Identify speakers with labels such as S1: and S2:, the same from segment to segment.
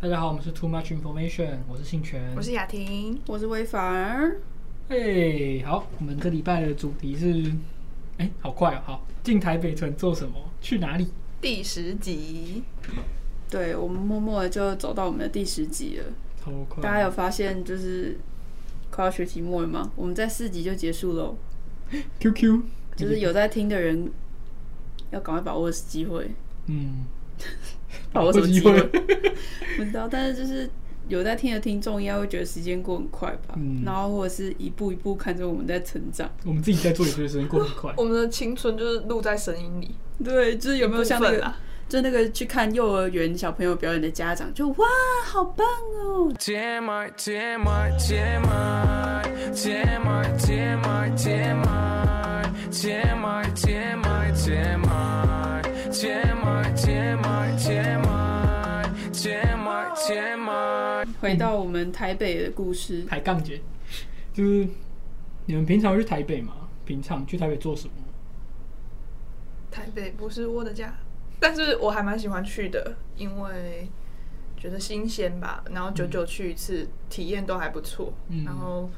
S1: 大家好，我们是 Too Much Information，我是信全，
S2: 我是雅婷，
S3: 我是微凡儿。
S1: 嘿好，我们这礼拜的主题是，哎、好快哦，好，进台北城做什么？去哪里？
S2: 第十集，
S3: 对我们默默的就走到我们的第十集了。
S1: 超快，
S3: 大家有发现就是快要学期末了吗？我们在四集就结束喽，
S1: QQ，
S3: 就是有在听的人要赶快把握机会，
S1: 嗯，
S3: 把哦握什么机
S1: 把
S3: 会？
S1: 握机
S3: 不知道，但是就是有在听的听众应该会觉得时间过很快吧，
S1: 嗯
S3: 然后或者是一步一步看着我们在成长。
S1: 我们自己在做也觉得时间过得 很快
S2: 我，们的青春就是录在声音里，
S3: 对，就是有没有像那
S2: 部
S3: 个
S2: 分啊
S3: 就那个去看幼儿园小朋友表演的家长，就哇，好棒哦！
S4: TMI, TMI, TMI, TMI, TMI, TMI, TMI, TMI, TMI, TMI, TMI, TMI, TMI, TMI.
S3: 回到我们台北的故事，
S1: 抬杠姐，就是你们平常会去台北吗？平常去台北做什么？
S2: 台北不是我的家，但是我还蛮喜欢去的，因为觉得新鲜吧，然后久久去一次，体验都还不错，
S1: 嗯
S2: 然后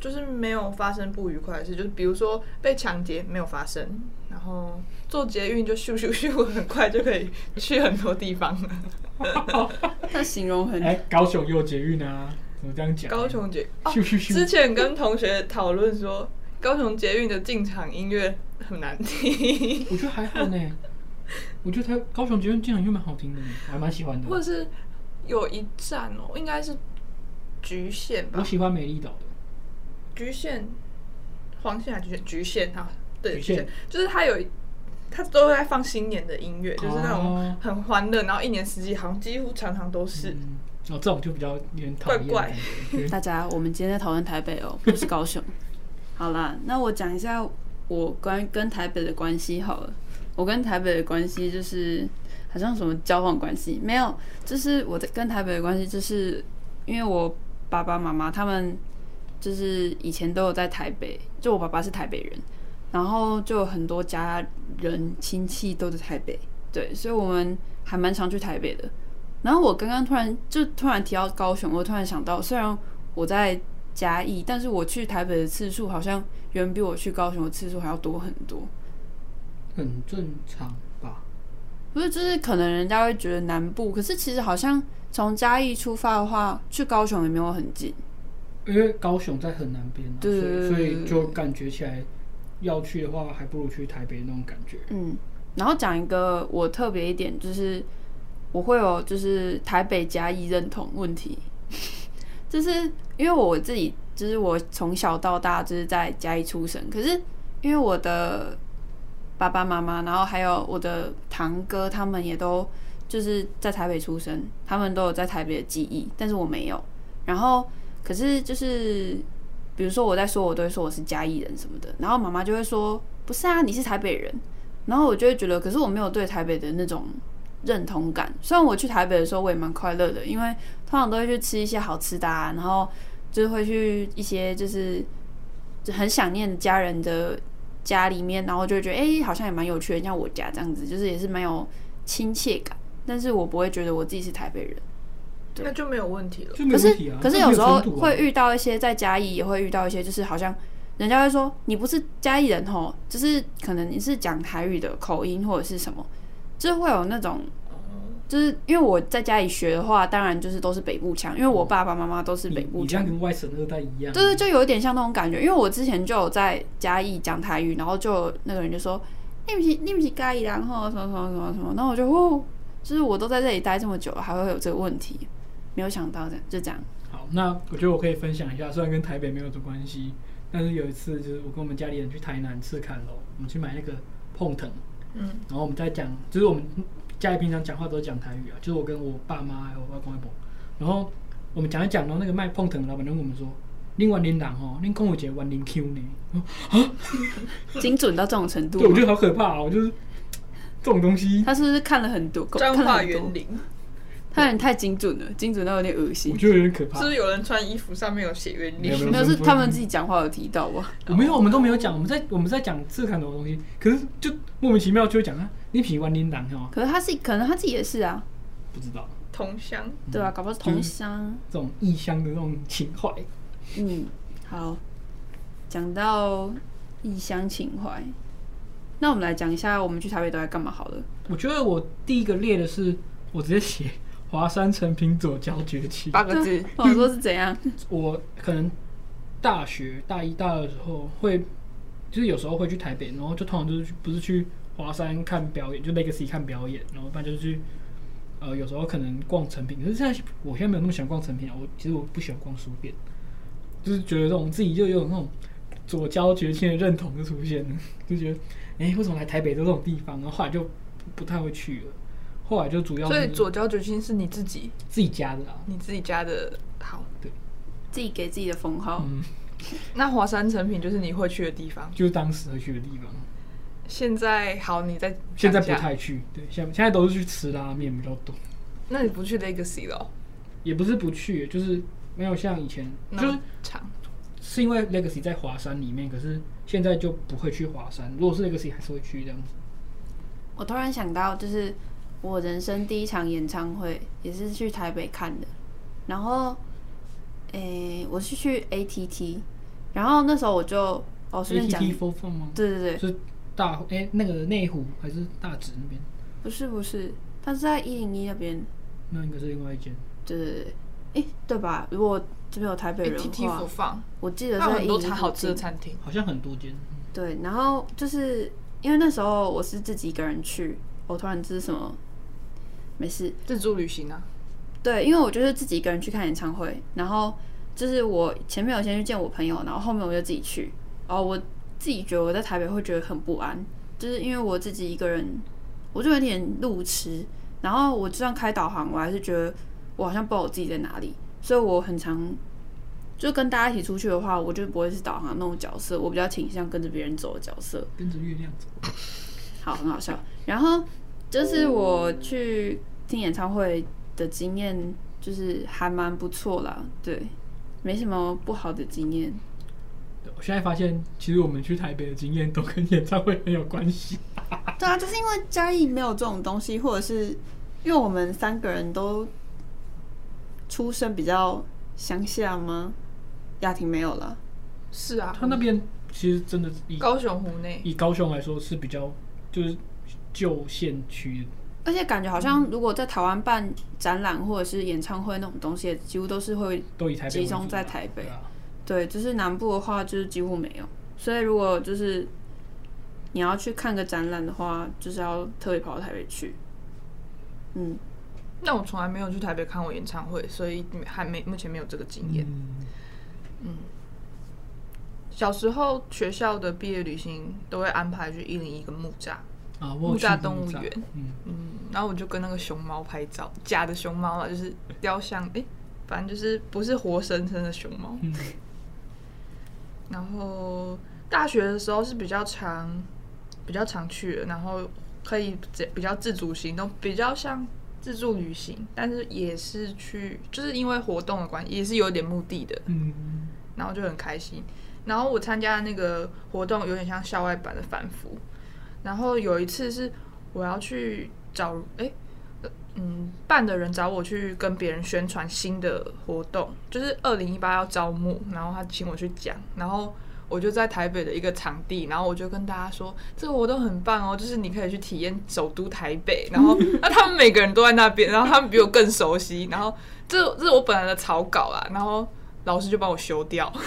S2: 就是没有发生不愉快的事，就是比如说被抢劫没有发生，然后坐捷运就咻咻咻，很快就可以去很多地方了。
S3: 他形容很
S1: 哎、高雄也有捷运啊，怎么这样讲？
S2: 高雄捷哦
S1: 咻咻咻
S2: 之前跟同学讨论说，高雄捷运的进场音乐很难听，
S1: 我觉得还好呢。我觉得台高雄捷运竟然又蛮好听的呢，我还蛮喜欢的。
S2: 或者是有一站哦，应该是局限
S1: 我
S2: 吧，
S1: 喜欢美丽岛的，
S2: 局限，黄线还是局限？局限啊，对，
S1: 局
S2: 局
S1: 限
S2: 限，就是它有一。它都在放新年的音乐，就是那
S1: 哦
S2: 种很欢乐，然后一年四季好像几乎常常都是。
S1: 嗯，哦，这种就比较有点讨厌的
S2: 怪
S1: 感
S2: 怪
S1: 觉。有点
S3: 大家，我们今天在讨论台北哦，不是高雄。 好啦，那我讲一下我关跟台北的关系好了。我跟台北的关系就是好像什么交往关系没有，就是我的跟台北的关系，就是因为我爸爸妈妈他们就是以前都有在台北，就我爸爸是台北人，然后就有很多家人亲戚都在台北，对，所以我们还蛮常去台北的。然后我刚刚突然就突然提到高雄，我突然想到，虽然我在嘉义，但是我去台北的次数好像远比我去高雄的次数还要多很多。
S1: 很正常吧？
S3: 不是，就是可能人家会觉得南部，可是其实好像从嘉义出发的话，去高雄也没有很近。
S1: 因为高雄在很南边、啊，所
S3: 对
S1: 以
S3: 对
S1: 所
S3: 对
S1: 以就感觉起来要去的话，还不如去台北那种感觉。
S3: 嗯，然后讲一个我特别一点，就是我会有就是台北加一认同问题，就是因为我自己就是我从小到大就是在嘉义出生，可是因为我的爸爸妈妈，然后还有我的堂哥，他们也都就是在台北出生，他们都有在台北的记忆，但是我没有。然后可是就是比如说我在说，我都会说我是嘉义人什么的，然后妈妈就会说不是啊，你是台北人。然后我就会觉得，可是我没有对台北的那种认同感。虽然我去台北的时候，我也蛮快乐的，因为通常都会去吃一些好吃的、啊，然后就是会去一些就是就很想念家人的家里面，然后就会觉得哎、诶好像也蛮有趣的，像我家这样子，就是也是蛮有亲切感。但是我不会觉得我自己是台北人。对
S2: 那就没有问题了。
S1: 就没
S3: 可
S1: 有
S3: 是
S1: 问题啊。
S3: 可是
S1: 这没
S3: 有时候
S1: 冲突啊
S3: 会遇到一些在嘉义也会遇到一些，就是好像人家会说你不是嘉义人吼，就是可能你是讲台语的口音或者是什么，就是会有那种，
S1: 哦
S3: 就是因为我在家里学的话，当然就是都是北部腔，因为我爸爸妈妈都是北
S1: 你
S3: 部
S1: 你这样
S3: 腔。
S1: 跟外省二代一样，啊
S3: 对对，就有一点像那种感觉，因为我之前就有在嘉义讲台语，然后就有那个人就说哎你不是你不是嘉义人吼，什么什么什么什么，然后我就哦，就是我都在这里待这么久了，还会有这个问题，没有想到这样就这样。
S1: 好，那我觉得我可以分享一下，虽然跟台北没有什么关系，但是有一次就是我跟我们家里人去台南赤坎楼，我们去买那个碰藤，
S2: 嗯，
S1: 然后我们在讲，就是我们家里平常讲话都是讲台语啊，就是我跟我爸妈还有我外公外婆，然后我们讲一讲，然后那个卖碰藤的老板就跟我们说，另外林郎哦，您跟我姐玩零 Q 呢， 我说啊，
S3: 精准到这种程度
S1: 对，我
S3: 吗
S1: 觉？得好可怕哦，就是这种东西，
S3: 他是不是看了很多？看
S2: 彰
S3: 了
S2: 化
S3: 很
S2: 园
S3: 多，
S2: 林
S3: 他有点太精准了，精准到有点恶心
S1: 我。觉得有点可怕
S2: 是不。是有人穿衣服上面有写园
S1: 没有
S2: 林？
S3: 没有是他们自己讲话有提到吧？
S1: 我没有，我们都没有讲，我们在我们在讲赤坎楼的东西，可是就莫名其妙就会讲啊，你喜欢林郎哦，
S3: 可是他是可能他自己也是啊，
S1: 不知道。
S2: 同乡，
S1: 嗯
S3: 对啊，搞不好是同乡。
S1: 这种异乡的那种情怀。
S3: 嗯，好，讲到异乡情怀，那我们来讲一下我们去台北都在干嘛好了。
S1: 我觉得我第一个列的是，我直接写华山成品左交崛起。
S2: 八个字，
S1: 嗯
S3: 我说是怎样？
S1: 我可能大学大一、大二的时候会，就是有时候会去台北，然后就通常就是去不是去华山看表演，就 Legacy 看表演，然后不然就是去呃有时候可能逛成品。可是现在我现在没有那么喜欢逛成品啊，我其实我不喜欢逛书店，就是觉得这种自己就有那种左交绝亲的认同就出现了，就觉得哎、诶为什么来台北都这种地方？然后后来就不不太会去了，后来就主要
S2: 所以
S1: 是
S2: 左交决心是你自己，
S1: 自己家的啊啦。
S2: 你自己家的好。
S3: 自己给自己的封号。
S1: 嗯，
S2: 那华山成品就是你会去的地方。
S1: 就是当时会去的地方。
S2: 现在好，你在
S1: 现在不。太去，对，现在现在都是去吃拉面比较多，
S2: 那你不去 Legacy 了哦？
S1: 也不是不去，就是没有像以前，
S2: 那
S1: 就是
S2: 长
S1: 是因为 Legacy 在华山里面，可是现在就不会去华山。如果是 Legacy 还是会去这样子，
S3: 我突然想到，就是我人生第一场演唱会也是去台北看的，然后，诶、我是去 ATT，然后那时候我就哦顺便讲，
S1: ATT Four Fun 吗？
S3: 对对对，
S1: 是大哎、那个内湖还是大直那边？
S3: 不是不是，他是在一零一那边，
S1: 那应该是另外一间。
S3: 对对对，诶、对吧？如果这边有台北人的
S2: ATT
S3: 话
S2: 不，放，
S3: 我记得
S2: 那
S3: 是
S2: 有
S3: 在
S2: 很
S3: 一
S2: 多
S3: 零一
S2: 餐好吃的
S3: 附近
S2: 餐厅。
S1: 好像很多间，
S3: 对，然后就是因为那时候我是自己一个人去，我突然这是什么？没事，
S2: 自助旅行啊，
S3: 对，因为我就是自己一个人去看演唱会，然后就是我前面有先去见我朋友，然后后面我就自己去。然后我自己觉得我在台北会觉得很不安，就是因为我自己一个人，我就有点路痴。然后我就算开导航，我还是觉得我好像不知道我自己在哪里，所以我很常就跟大家一起出去的话，我就不会是导航那种角色，我比较倾向跟着别人走的角色。
S1: 跟着月亮走。
S3: 好，很好笑。然后就是我去听演唱会的经验，就是还蛮不错啦，对，没什么不好的经验。
S1: 对我现在发现，其实我们去台北的经验都跟演唱会很有关系。
S3: 对啊，就是因为嘉义没有这种东西，或者是因为我们三个人都出身比较乡下吗？雅婷没有了，
S2: 是啊，
S1: 他那边其实真的以
S2: 高雄湖内
S1: 以高雄来说是比较就是旧县区的
S3: 而且感觉好像如果在台湾办展览或者是演唱会那种东西，几乎都是会
S1: 都以台北为
S3: 集中
S1: 主
S3: 在
S1: 啦
S3: 台北
S1: 对啊
S3: 对，就是南部的话，就是几乎没有。所以如果就是你要去看个展览的话，就是要特别跑到台北去。嗯，
S2: 那我从来没有去台北看过演唱会，所以还没目前没有这个经
S1: 嗯
S2: 验。小时候学校的毕业旅行都会安排去一零一跟木栅，
S1: 啊，我有
S2: 木
S1: 去
S2: 栅
S1: 过
S2: 动
S1: 木
S2: 物
S1: 栅
S2: 园，
S1: 嗯，
S2: 嗯，然后我就跟那个熊猫拍照，假的熊猫啊，就是雕像，诶，反正就是不是活生生的熊猫。
S1: 嗯
S2: 然后大学的时候是比较常比较常去的，然后可以自比较自主行动，比较像自助旅行，但是也是去，就是因为活动的关系，也是有点目的的，
S1: 嗯，
S2: 然后就很开心。然后我参加那个活动有点像校外版的反服，然后有一次是我要去找哎。诶呃嗯，办的人找我去跟别人宣传新的活动，就是二零一八要招募，然后他请我去讲，然后我就在台北的一个场地，然后我就跟大家说这个活动很棒哦，就是你可以去体验首都台北。然后那他们每个人都在那边，然后他们比我更熟悉。然后这这是我本来的草稿啦，然后老师就帮我修掉，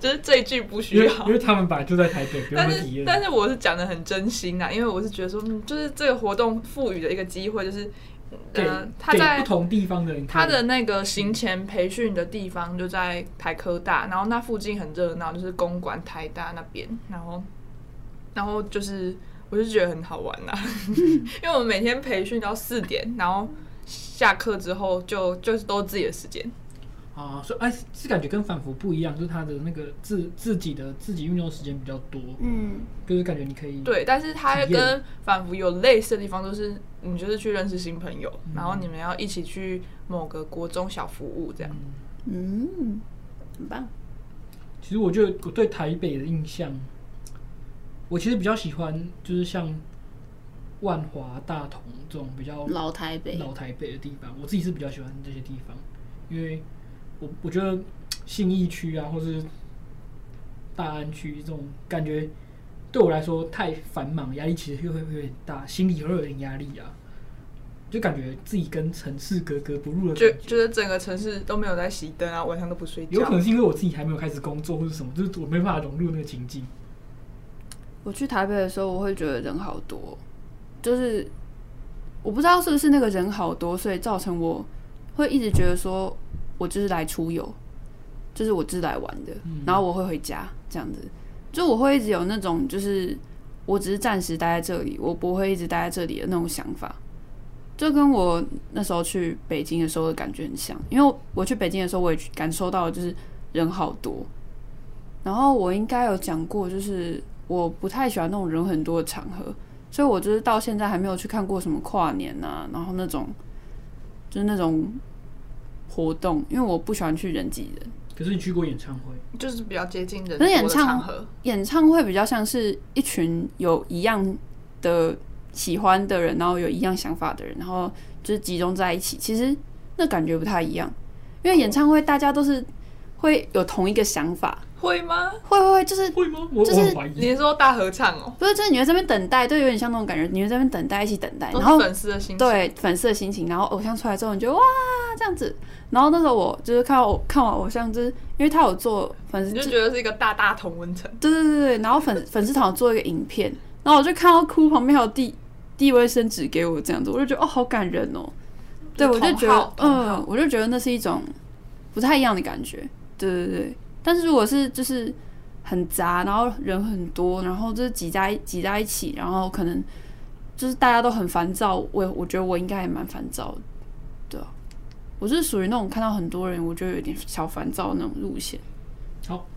S2: 就是这一句不需
S1: 因为
S2: 要
S1: 因。为他们本来就在台 北，不用
S2: 但
S1: 去体
S2: 是
S1: 验。
S2: 但是我是讲的很真心啦，因为我是觉得说，嗯，就是这个活动赋予的一个机会，
S1: 嗯
S2: 就是
S1: 给
S2: 呃，他
S1: 给
S2: 在
S1: 不同地方的人看，
S2: 他的那个行前培训的地方就在台科大，然后那附近很热闹，就是公馆、台大那边，然后，然后就是我就觉得很好玩啦、 因为我们每天培训到四点，然后下课之后就就是都自己的时间，
S1: 啊，所以哎，是感觉跟反复不一样，就是他的那个自自己的自己运用时间比较多，
S3: 嗯，
S1: 就是感觉你可以
S2: 对，但是它
S1: 体验
S2: 跟反复有类似的地方，就是你就是去认识新朋友，
S1: 嗯
S2: 然后你们要一起去某个国中小服务这样。
S3: 嗯，很棒。
S1: 其实我觉得我对台北的印象，我其实比较喜欢就是像万华、大同这种比较
S3: 老台北，
S1: 老台北的地方，我自己是比较喜欢这些地方，因为我我觉得信义区啊，或是大安区这种感觉，对我来说太繁忙，压力其实又会会有点大，心里会有点压力啊，就感觉自己跟城市格格不入的
S2: 觉
S1: 感觉。
S2: 觉得整个城市都没有在熄灯啊，晚上都不睡
S1: 有可
S2: 觉。
S1: 能是因为我自己还没有开始工作或者什么，就是我没办法融入那个情境。
S3: 我去台北的时候，我会觉得人好多，就是我不知道是不是那个人好多，所以造成我会一直觉得说我就是来出游，就是我就是来玩的，然后我会回家这样子，就我会一直有那种就是我只是暂时待在这里，我不会一直待在这里的那种想法。就跟我那时候去北京的时候的感觉很像，因为我去北京的时候，我也感受到就是人好多，然后我应该有讲过，就是我不太喜欢那种人很多的场合，所以我就是到现在还没有去看过什么跨年啊，然后那种就是那种活动，因为我不喜欢去人挤人。
S1: 可是你去过演唱会，
S2: 就是比较接近人
S3: 可是演
S2: 多的
S3: 唱
S2: 场合，
S3: 演唱会比较像是一群有一样的喜欢的人，然后有一样想法的人，然后就是集中在一起，其实那感觉不太一样，因为演唱会大家都是会有同一个想法，
S2: 会吗？
S3: 会会会就是
S1: 会吗？我、
S3: 就是
S1: 我很怀疑。
S2: 你是说大合唱哦？
S3: 不是，就是你会在那边等待，就有点像那种感觉，你会在那边等待，一起等待，
S2: 都
S3: 然
S2: 是
S3: 后
S2: 粉丝的心情。
S3: 对粉丝的心情，然后偶像出来之后，你就哇这样子。然后那时候我就是看到我看完偶像，就是因为他有做粉丝，
S2: 你就
S3: 就
S2: 觉得是一个大大同温层，
S3: 对对对对，然后粉粉丝团有做一个影片，然后我就看到哭，旁边还有递递卫生纸给我这样子，我就觉得哦好感人哦。对，我就觉得嗯，我就觉得那是一种不太一样的感觉。对对对，但是如果是就是很杂，然后人很多，然后就是挤在挤在一起，然后可能就是大家都很烦躁，我也我觉得我应该也蛮烦躁的。对啊，我是属于那种看到很多人，我就有点小烦躁的那种路线。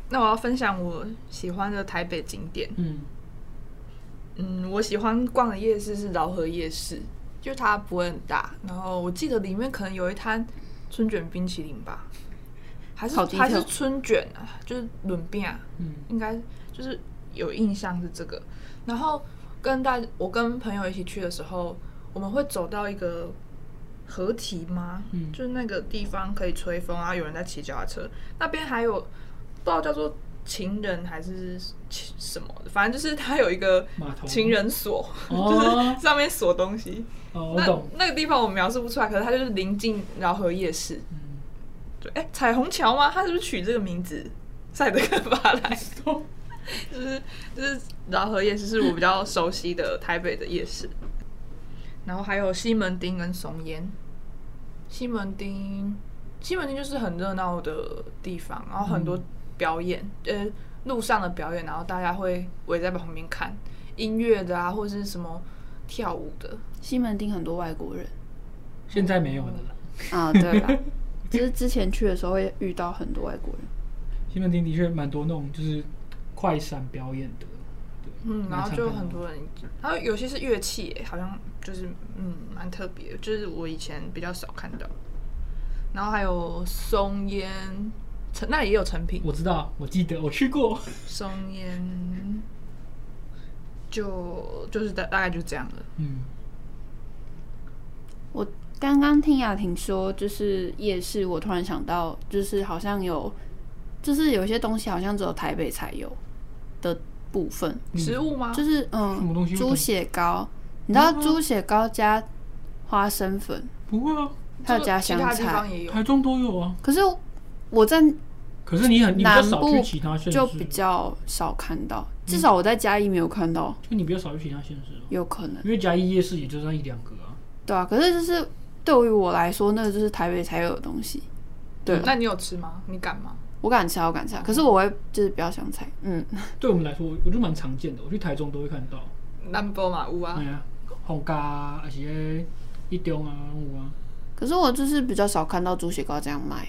S2: 那我要分享我喜欢的台北景点。
S1: 嗯，
S2: 嗯，我喜欢逛的夜市是饶河夜市，就它不会很大，然后我记得里面可能有一摊春卷冰淇淋吧，还是
S3: 好低调
S2: 还是春卷啊，就是轮饼啊，
S1: 嗯，
S2: 应该就是有印象是这个。然后跟大我跟朋友一起去的时候，我们会走到一个河堤吗？
S1: 嗯
S2: 就是那个地方可以吹风啊，有人在骑脚踏车，那边还有不知道叫做情人还是情什么的，反正就是它有一个
S1: 码头
S2: 情人锁，
S1: 哦
S2: 就是上面锁东西。
S1: 哦，我
S2: 那
S1: 懂。
S2: 那个地方我描述不出来，可是它就是临近饶河夜市。
S1: 嗯，
S2: 对，哎、彩虹桥吗？它是不是取这个名字？ 赛德克巴莱，就是就是饶河夜市是我比较熟悉的台北的夜市，然后还有西门町跟松烟。西门町，西门町就是很热闹的地方，然后很多表演，呃，路上的表演，然后大家会围在旁边看音乐的啊，或者是什么跳舞的，
S3: 西门町很多外国人。
S1: 现在没有了啦。
S3: 啊，对啦，只是之前去的时候会遇到很多外国人，
S1: 西门町的确蛮多那种就是快闪表演的，
S2: 嗯，然
S1: 蛮
S2: 后
S1: 常
S2: 就
S1: 看
S2: 很
S1: 到
S2: 多人，然后有些是乐器耶，好像就是嗯蛮特别的，就是我以前比较少看到。然后还有松烟，成那里也有成品，
S1: 我知道，我记得我去 过。
S2: 松烟就就是大大概就这样了。
S1: 嗯，
S3: 刚刚听雅婷说，就是夜市，我突然想到，就是好像有，就是有些东西好像只有台北才有的部分，
S1: 嗯
S2: 食物吗？
S3: 就是
S1: 什么
S3: 嗯
S1: 东西，
S3: 猪血糕，你
S1: 嗯
S3: 知道猪血糕加花生粉，
S1: 不会啊，
S3: 还有加
S2: 其
S3: 香
S2: 他地
S3: 菜，
S2: 方也有，
S1: 台中都有啊。
S3: 可是我在
S1: 可是你很你比较
S3: 南
S1: 少
S3: 部
S1: 去其他县市，嗯
S3: 就比较少看到，至少我在嘉义没有看到，
S1: 就你比较少去其他县市啊，
S3: 有可能。
S1: 因为嘉义夜市也就那一两个啊。
S3: 对啊，可是就是对于我来说，那个就是台北才有的东西。对，啊
S2: 那你有吃吗？你敢吗？
S3: 我敢吃啊，我敢吃啊。可是我会就是不要香菜，嗯，
S1: 对我们来说，我就蛮常见的，我去台中都会看到。
S3: 啊
S2: 南波嘛，有啊
S1: 哎，呀，红家啊还是一中啊有啊。
S3: 可是我就是比较少看到猪血糕这样卖。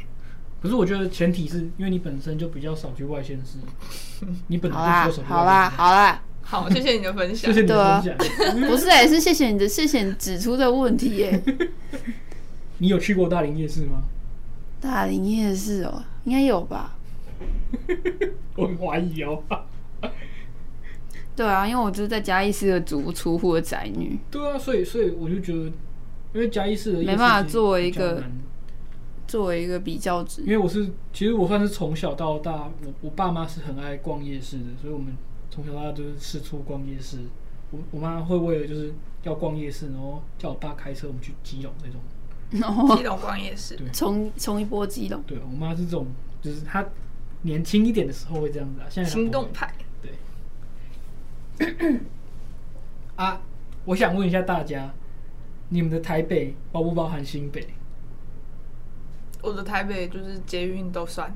S1: 可是我觉得前提是因为你本身就比较少去外县 市，嗯你本
S3: 好
S1: 来
S3: 啦
S1: 就比较少，去
S3: 好啦，
S1: 外县市。
S3: 好啦，
S2: 好，谢谢你的分享
S1: 谢。谢你的分享。
S3: 不是哎、是谢谢你的， 谢谢你指出的问题耶、
S1: 你有去过大林夜市吗？
S3: 大林夜市哦，应该有吧？
S1: 我很怀疑哦。
S3: 对啊，因为我就是在嘉义市的足不出户的宅女，
S1: 对啊，所以所以我就觉得，因为嘉义市的夜市
S3: 没办法
S1: 其实
S3: 作为
S1: 比较
S3: 一个
S1: 难
S3: 作为一个比较值
S1: 因，为我是其实我算是从小到大，我我爸妈是很爱逛夜市的，所以我们从小到大就是四处逛夜市。我我妈会为了就是要逛夜市，然后叫我爸开车我们去基隆那种。
S3: 然后
S2: 基隆逛夜市，
S3: 冲冲一波激动。
S1: 对啊我妈是这种，就是她年轻一点的时候会这样子啊，现在她不会
S2: 行动派。
S1: 啊。我想问一下大家，你们的台北包不包含新北？
S2: 我的台北就是捷运都算，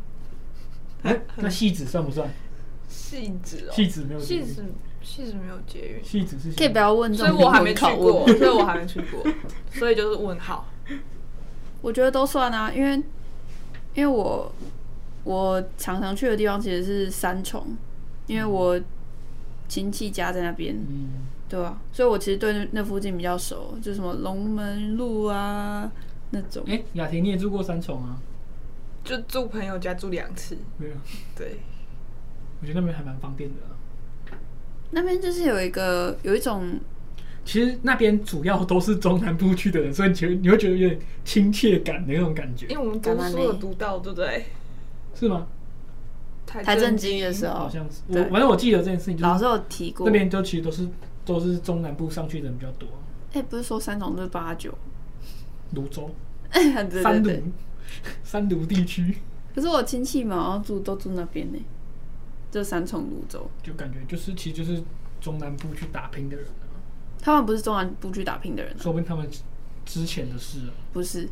S1: 哎那戏子算不算？
S2: 戏子哦，
S1: 戏子没有捷
S2: 戏
S1: 运，
S2: 子戏子没有捷运，
S1: 戏子是
S3: 可以不要问这
S2: 所以
S3: 种
S2: 我还没去
S3: 拷
S2: 过，
S3: 问
S2: 所以我还没去过，所以就是问号。
S3: 我觉得都算啊，因为因为我我常常去的地方其实是三重，因为我亲戚家在那边，
S1: 嗯，
S3: 对啊，所以我其实对那那附近比较熟，就什么龙门路啊那种。
S1: 哎、雅婷你也住过三重啊？
S2: 就住朋友家住两次，
S1: 没有，
S2: 对，
S1: 我觉得那边还蛮方便的、啊。
S3: 那边就是有一个有一种
S1: 其实那边主要都是中南部区的人，所以你觉得你会觉得有点亲切感的那种感觉
S2: 因，为我们读书有读到，对不对？
S1: 是吗？
S3: 台
S2: 台
S3: 政经的时
S2: 候，
S1: 好
S3: 候，
S1: 像是我
S3: 对，
S1: 反正我记得这件事情，就
S3: 老
S1: 是
S3: 师有提过
S1: 那。边就其实都是都是中南部上去的人比较多，啊
S3: 哎、不是说三重就是八九，
S1: 泸州、
S3: 对对
S1: 三
S3: 对。
S1: 泸、 三泸地区，
S3: 可是我亲戚们好像住都住那边呢、就三重、泸州，
S1: 就感觉就是其实就是中南部去打拼的人啊，
S3: 他们不是中南部去打拼的人啊、
S1: 说不定他们之前的事啊，
S3: 不是。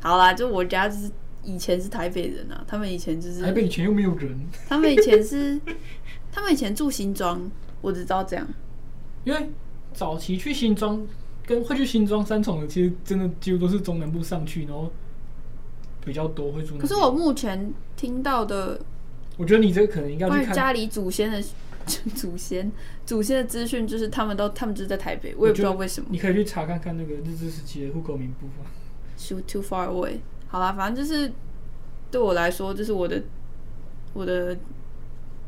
S3: 好啦，就我家就是以前是台北人啊，他们以前就是
S1: 台北以前又没有人，
S3: 他们以前是， 他们以前住新庄，我只知道这样。
S1: 因为早期去新庄跟会去新庄三重的，其实真的几乎都是中南部上去，然后比较多会住那边。
S3: 可是我目前听到的
S1: 我觉得你这个可能应该
S3: 关
S1: 去
S3: 于
S1: 看，
S3: 家里祖先的 祖先祖先的资讯，就是他们都他们就是在台北，我也
S1: 我
S3: 不
S1: 觉
S3: 知
S1: 得
S3: 道为什么
S1: 你。可以去查看看那个日治时期的户口名簿啊。
S3: Shoot too far away。好啦，反正就是对我来说，就是我的我的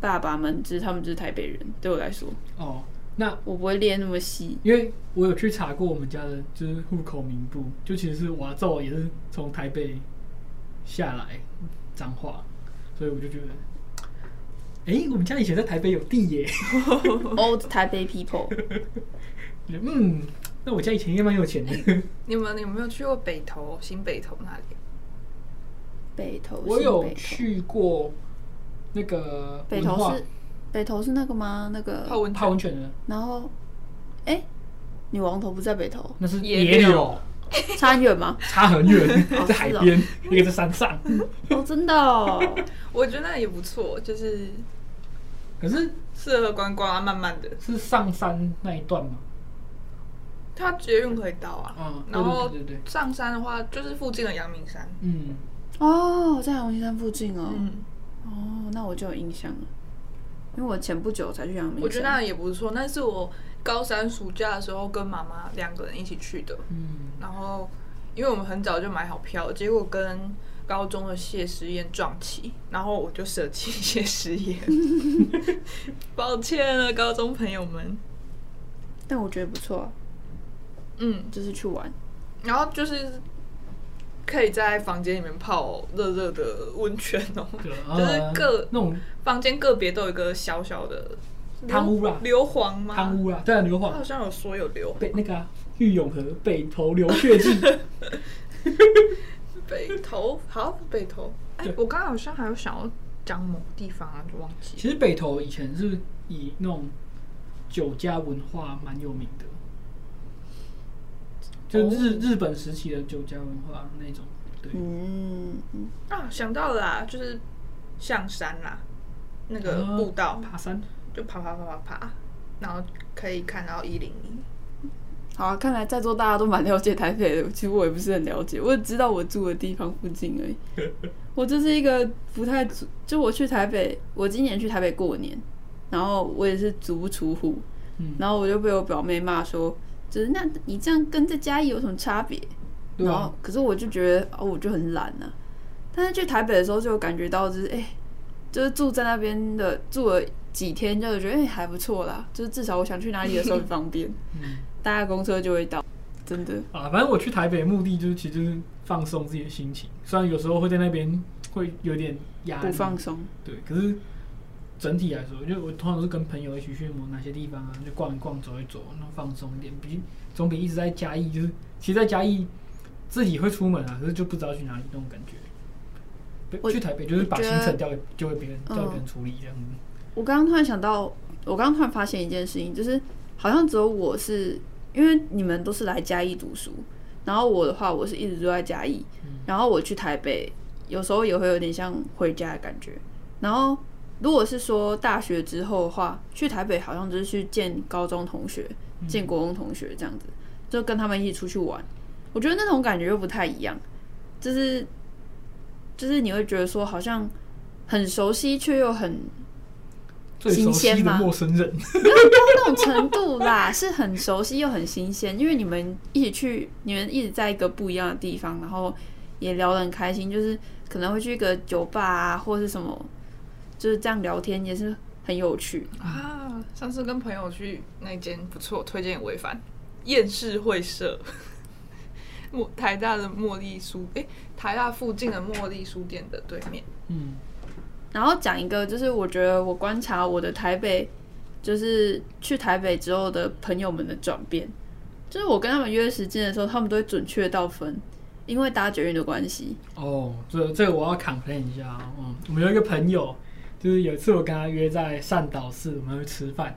S3: 爸爸们，就是他们就是台北人。对我来说，
S1: 哦，那
S3: 我不会列那 么细。
S1: 因为我有去查过我们家的，就是户口名簿，就其实是我阿昼也是从台北下来彰化，所以我就觉得，哎、我们家以前在台北有地耶，
S3: Old 台北 people，
S1: 嗯，那我家以前应该蛮有钱的。
S2: 你们有没有去过北投、新北投那里？
S3: 北投
S1: 我
S3: 是
S1: 有
S3: 北投
S1: 去过那个
S3: 北
S1: 文
S3: 投
S1: 化
S3: 是北投是那个吗？那个
S2: 泡温
S1: 泡
S2: 泉
S1: 温泉的，，
S3: 然后，哎、女王头不在北头
S1: 那是
S2: 野
S1: 野
S2: 柳
S1: 柳，
S3: 差很远 吗？
S1: 差很远，
S3: 哦
S1: 在海
S3: 是哦
S1: 边，一个在山上。
S3: 哦，真的 哦，
S2: 我觉得那里也不错，就是
S1: 可是
S2: 适合观光啊，慢慢的。
S1: 是上山那一段嘛？
S2: 它捷运可以到
S3: 哦
S2: 啊，
S1: 嗯
S2: 然后
S1: 对对对对
S2: 上山的话就是附近的阳明山，
S1: 嗯，
S3: 哦，在阳明山附近哦，
S2: 嗯，
S3: 哦，那我就有印象了，因为我前不久才去阳明山，
S2: 我觉得那里也不错。那是我高三暑假的时候跟妈妈两个人一起去的，
S1: 嗯，
S2: 然后因为我们很早就买好票，结果跟高中的谢师宴撞期，然后我就舍弃谢师宴， 抱歉了，高中朋友们。
S3: 但我觉得不错、啊，
S2: 嗯，
S3: 就是去玩，
S2: 然后就是可以在房间里面泡热热的温泉哦，
S1: 对，
S2: 就是各
S1: 呃那种
S2: 房间个别都有一个小小的
S1: 汤屋啦
S2: 硫磺吗？
S1: 汤屋啊，对啊，硫
S2: 他好
S1: 磺
S2: 像有说有硫
S1: 北那个啊，玉永和北投流血记，
S2: 北投，好北投。哎、
S1: 对
S2: 我刚刚好像还有想要讲某个地方啊，就忘记了。
S1: 其实北投以前是以那种酒家文化蛮有名的，就日、日本时期的酒家文化那种。对，
S3: 哦嗯，嗯
S2: 啊，想到了啦，就是象山啦，那个
S1: 啊
S2: 步道、
S1: 爬山，
S2: 就爬爬爬爬爬，然后可以看到一零一。
S3: 好、啊，看来在座大家都蛮了解台北的，其实我也不是很了解，我只知道我住的地方附近而已， 我就是一个不太足，就我去台北，我今年去台北过年，然后我也是足不出户，
S1: 嗯，
S3: 然后我就被我表妹骂说，就是那你这样跟在家里有什么差别？
S1: 对
S3: 然
S1: 啊
S3: 后，可是我就觉得哦，我就很懒啊。但是去台北的时候就有感觉到，就是哎、就是住在那边的住了几天就是觉得哎、还不错啦，就是至少我想去哪里的时候很方便，
S1: 嗯
S3: 搭个公车就会到，真的。
S1: 啊，反正我去台北的目的就是其实就是放松自己的心情，虽然有时候会在那边会有点压
S3: 不
S1: 力，
S3: 放松，
S1: 对，可是整体来说，因为我通常是跟朋友一起去某哪些地方啊，就逛一逛、走一走，然后放松一点，比总比一直在嘉义，就是其实在嘉义自己会出门啊，可是就不知道去哪里那种感觉。
S3: 我
S1: 对去台北就是把
S3: 我觉
S1: 行
S3: 得
S1: 程交给交给别人，交给别人
S3: 嗯
S1: 处理这样子。
S3: 我刚刚突然想到，我刚刚突然发现一件事情，就是好像只有我是，因为你们都是来嘉义读书，然后我的话，我是一直都在嘉义，然后我去台北，有时候也会有点像回家的感觉。然后如果是说大学之后的话，去台北好像就是去见高中同学、见国中同学这样子，就跟他们一起出去玩。我觉得那种感觉又不太一样，就是就是你会觉得说好像很熟悉，却又很
S1: 最熟
S3: 新鲜
S1: 悉的
S3: 吗
S1: 陌生人，
S3: 那种程度啦，是很熟悉又很新鲜，因为你们一起去，你们一直在一个不一样的地方，然后也聊得很开心，就是可能会去一个酒吧啊，或是什么，就是这样聊天也是很有趣。
S2: 啊，上次跟朋友去那间不错，推荐违反厌世会社， 莫台大的茉莉书，诶，台大附近的茉莉书店的对面。
S1: 嗯，
S3: 然后讲一个，就是我觉得我观察我的台北，就是去台北之后的朋友们的转变，就是我跟他们约时间的时候，他们都会准确到分，因为搭捷运的关系。
S1: 哦，这这个我要 complain 一下啊、嗯，我们有一个朋友，就是有一次我跟他约在善导寺，我们要去吃饭，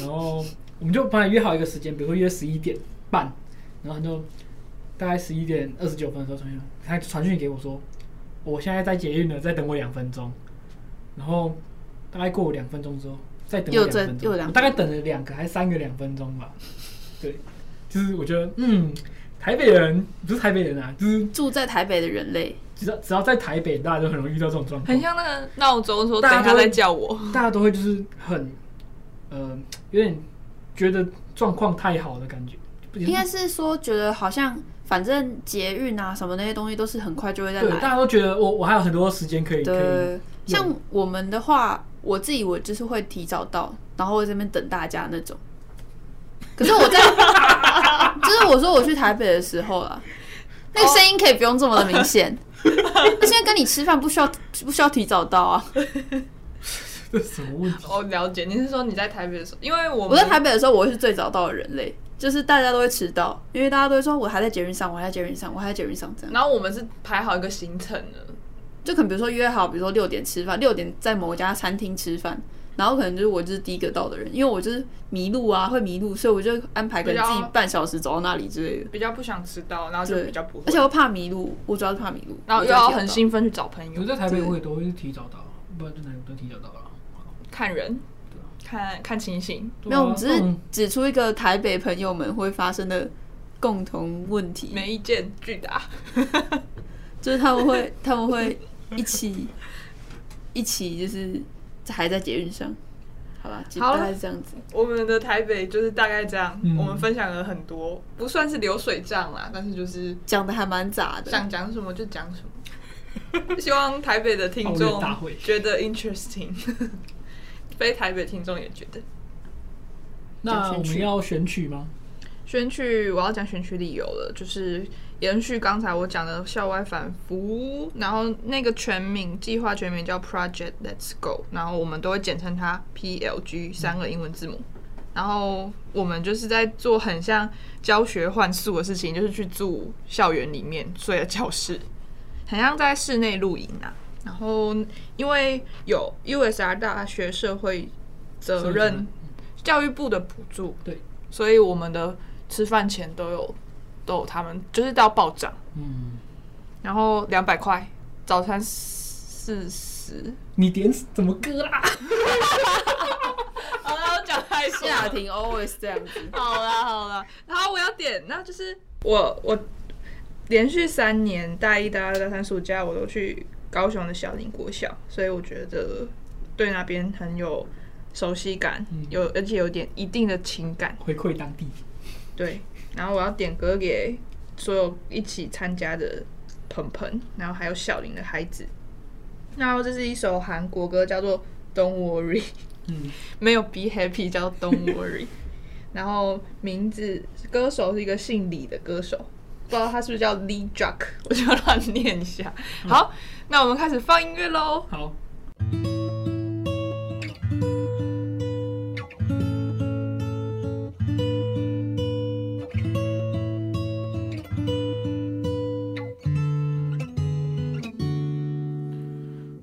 S1: 然后我们就本来约好一个时间，比如说约十一点半，然后他就大概十一点二十九分的时候传讯，他传讯给我说，我现在在捷运了，再等我两分钟，然后大概过了两分钟之后，再等我
S3: 又
S1: 两
S3: 在
S1: 分
S3: 又
S1: 钟，
S3: 两
S1: 我大概等了两个还是三个两分钟吧，对，就是我觉得嗯，台北人不是台北人啊，就是。
S3: 住在台北的人类，
S1: 只要只要在台北，大家都很容易遇到这种状况，
S2: 很像那个闹钟说等
S1: 大家
S2: 一下
S1: 都
S2: 再叫我，
S1: 大家都会就是很，呃，有点觉得状况太好的感觉，不仅
S3: 应该是说觉得好像反正捷运啊什么那些东西都是很快就会再
S1: 对，大
S3: 来。
S1: 家都觉得我我还有很多时间可以可以，
S3: 对，像我们的话，我自己我就是会提早到，然后会在那边等大家那 种。可是我在， 就是我说我去台北的时候
S1: 哦
S3: 啦，那个声音可以不用这么的 明显。那现在跟你吃饭不需要不需要提早到啊？
S1: 这是什么问题？
S2: 哦，了解，你是说你在台北的时候，因为我
S3: 我
S2: 们
S3: 在台北的时候，我是最早到的人类，就是大家都会迟到，因为大家都会说我还在捷运上，我还在捷运上，我还在捷运上这样。
S2: 然后我们是排好一个行程的，
S3: 就可能比如说约好，比如说六点吃饭，六点在某家餐厅吃饭，然后可能就是我就是第一个到的人，因为我就是迷路啊，会迷路，所以我就安排可能自
S2: 对
S3: 己
S2: 啊
S3: 半小时走到那里之类的。
S2: 比较不想迟到，然后就
S3: 对，
S2: 比较不会，
S3: 而且我怕迷路，我主要是怕迷路，
S2: 然后
S3: 我
S2: 又
S3: 就
S2: 要
S3: 提早
S2: 很
S3: 到。
S2: 兴奋去找朋
S1: 我
S2: 友
S1: 在台北我也都会提早到，啊不然在哪里我都提早到啊了。
S2: 看人，看看情形，
S1: 对啊
S3: 没有，我们只是
S1: 嗯
S3: 指出一个台北朋友们会发生的共同问题，
S2: 没意见巨大。
S3: 就是他们会他们会一起一起就是还在捷运上。好吧，就
S2: 好
S3: 大概是这样子。
S2: 我们的台北就是大概这样，
S1: 嗯
S2: 我们分享了很多，不算是流水账啦，但是就是
S3: 讲的还蛮杂的，
S2: 想讲什么就讲什么。 希望台北的听
S1: 奥运
S2: 众
S1: 大会
S2: 觉得 interesting，非台北听众也觉得。
S1: 那我们要选曲吗？
S2: 选取我要讲选取理由了，就是延续刚才我讲的校外反服，然后那个全名计划全名叫 Project Let's Go，然后我们都会简称它 PLG 三个英文字母。
S1: 嗯
S2: 然后我们就是在做很像教学换宿的事情，就是去住校园里面睡的教室，很像在室内露营啊。然后因为有 USR 大学社会责
S1: 社会责任
S2: 任教育部的补助，
S1: 对，
S2: 所以我们的吃饭钱都有都有他们就是到暴涨，
S1: 嗯，
S2: 然后两百块早餐四十，
S1: 你点什么歌啊啦？
S2: 好了，我讲太
S3: 谢雅婷 always 这样子。
S2: 好啦好啦，然后我要点，那就是我我连续三年大一、大二、大三暑假我都去高雄的小林国小，所以我觉得对那边很有熟悉感，有而且有点一定的情感。
S1: 回馈当地，
S2: 对，然后我要点歌给所有一起参加的鹏鹏，然后还有小林的孩子。然后这是一首韩国歌，叫做《Don't Worry》，
S1: 嗯，
S2: 没有 Be Happy 叫 Don't Worry，然后名字歌手是一个姓李的歌手，不知道他是不是叫 Lee 嗯 Jack，我就乱念一下。好，那我们开始放音乐喽。
S1: 好，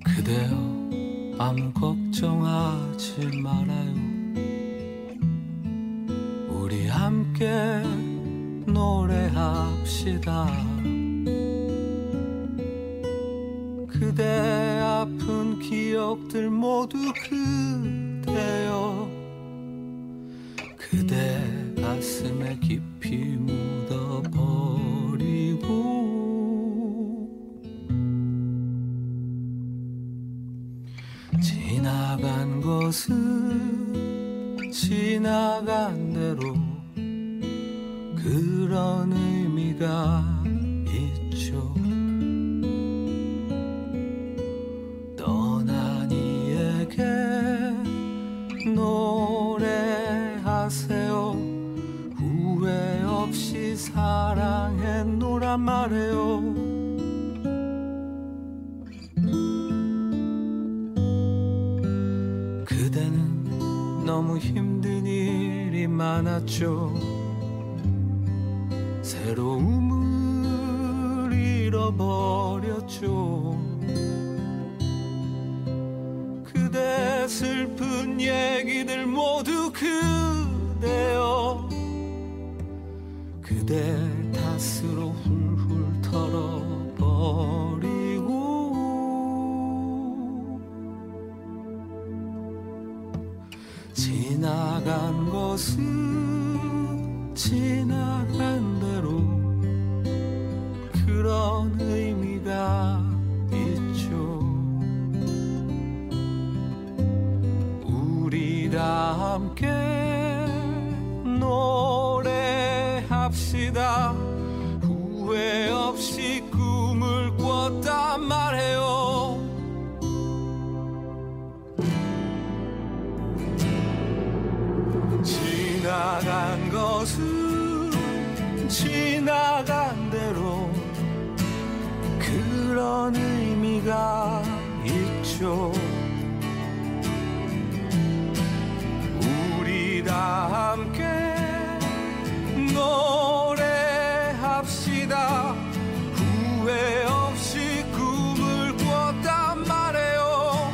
S4: 그대여 아무 걱정하지 말아요 우리 함께 노래합시다 그대 아픈 기억들 모두 그대여 그대 가슴에 깊이 묻어버리고 지나간 것은 지나간 대로 그런 의미가 있죠. 떠난 이에게 노래하세요. 후회 없이 사랑했노라 말해요. 그대는 너무 힘든 일이 많았죠. 새로움을 잃어버렸죠. 그대 슬픈 얘기들 모두 그대여. 그대 탓으로 훌훌 털어버리고 지나간 것은 지나간 대로 그런 의미가 있죠. 우리 다 함께 노래합시다. 후회 없이 꿈을 꿨다 말해요. 지나간 것은 지나간 대로 그런 의미가 있죠. 우리 다 함께 노래합시다. 후회 없이 꿈을 꿨단 말해요.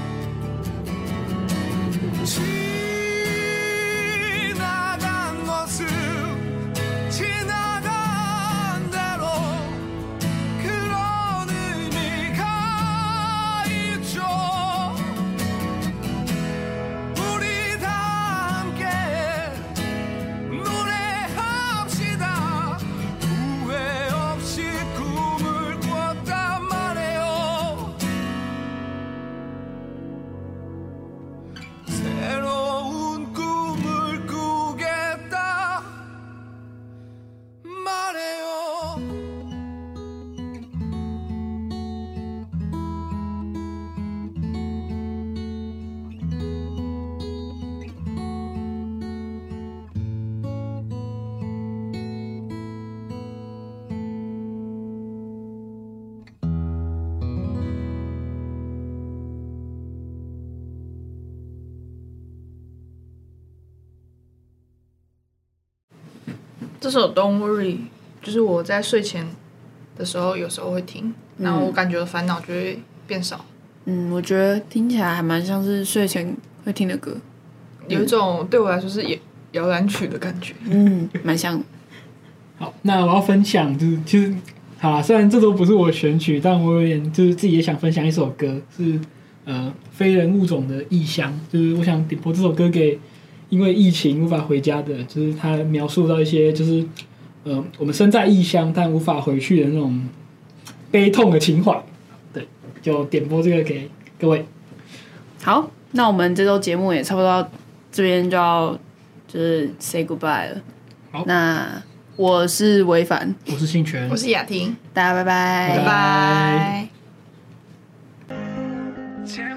S4: 지나간 것은 지나간 대로 그런 의미가 있죠 우리 다 함께 노래합시다 후회 없이 꿈을 꿨단 말해요 새로운 꿈을 꾸겠다 말해요
S2: 这首 Don't Worry 就是我在睡前的时候有时候会听，然后我感觉烦恼就会变少，
S3: 嗯，我觉得听起来还蛮像是睡前会听的歌，
S2: 有一种对我来说是也摇篮曲的感觉。
S3: 嗯，蛮像的。
S1: 好，那我要分享就是其实好啦，虽然这都不是我选曲，但我有点就是自己也想分享一首歌，是呃非人物种的异乡，就是我想点播这首歌给因为疫情无法回家的，就是他描述到一些就是呃我们身在异乡但无法回去的那种悲痛的情怀，对，就点播这个给各位。
S3: 好，那我们这周节目也差不多到这边就要就是 say goodbye 了。
S1: 好
S3: 那我是维凡，
S1: 我是信全
S2: 我，是雅婷，
S3: 大家拜
S1: 拜
S3: 拜
S2: 拜拜。
S4: Jam 어,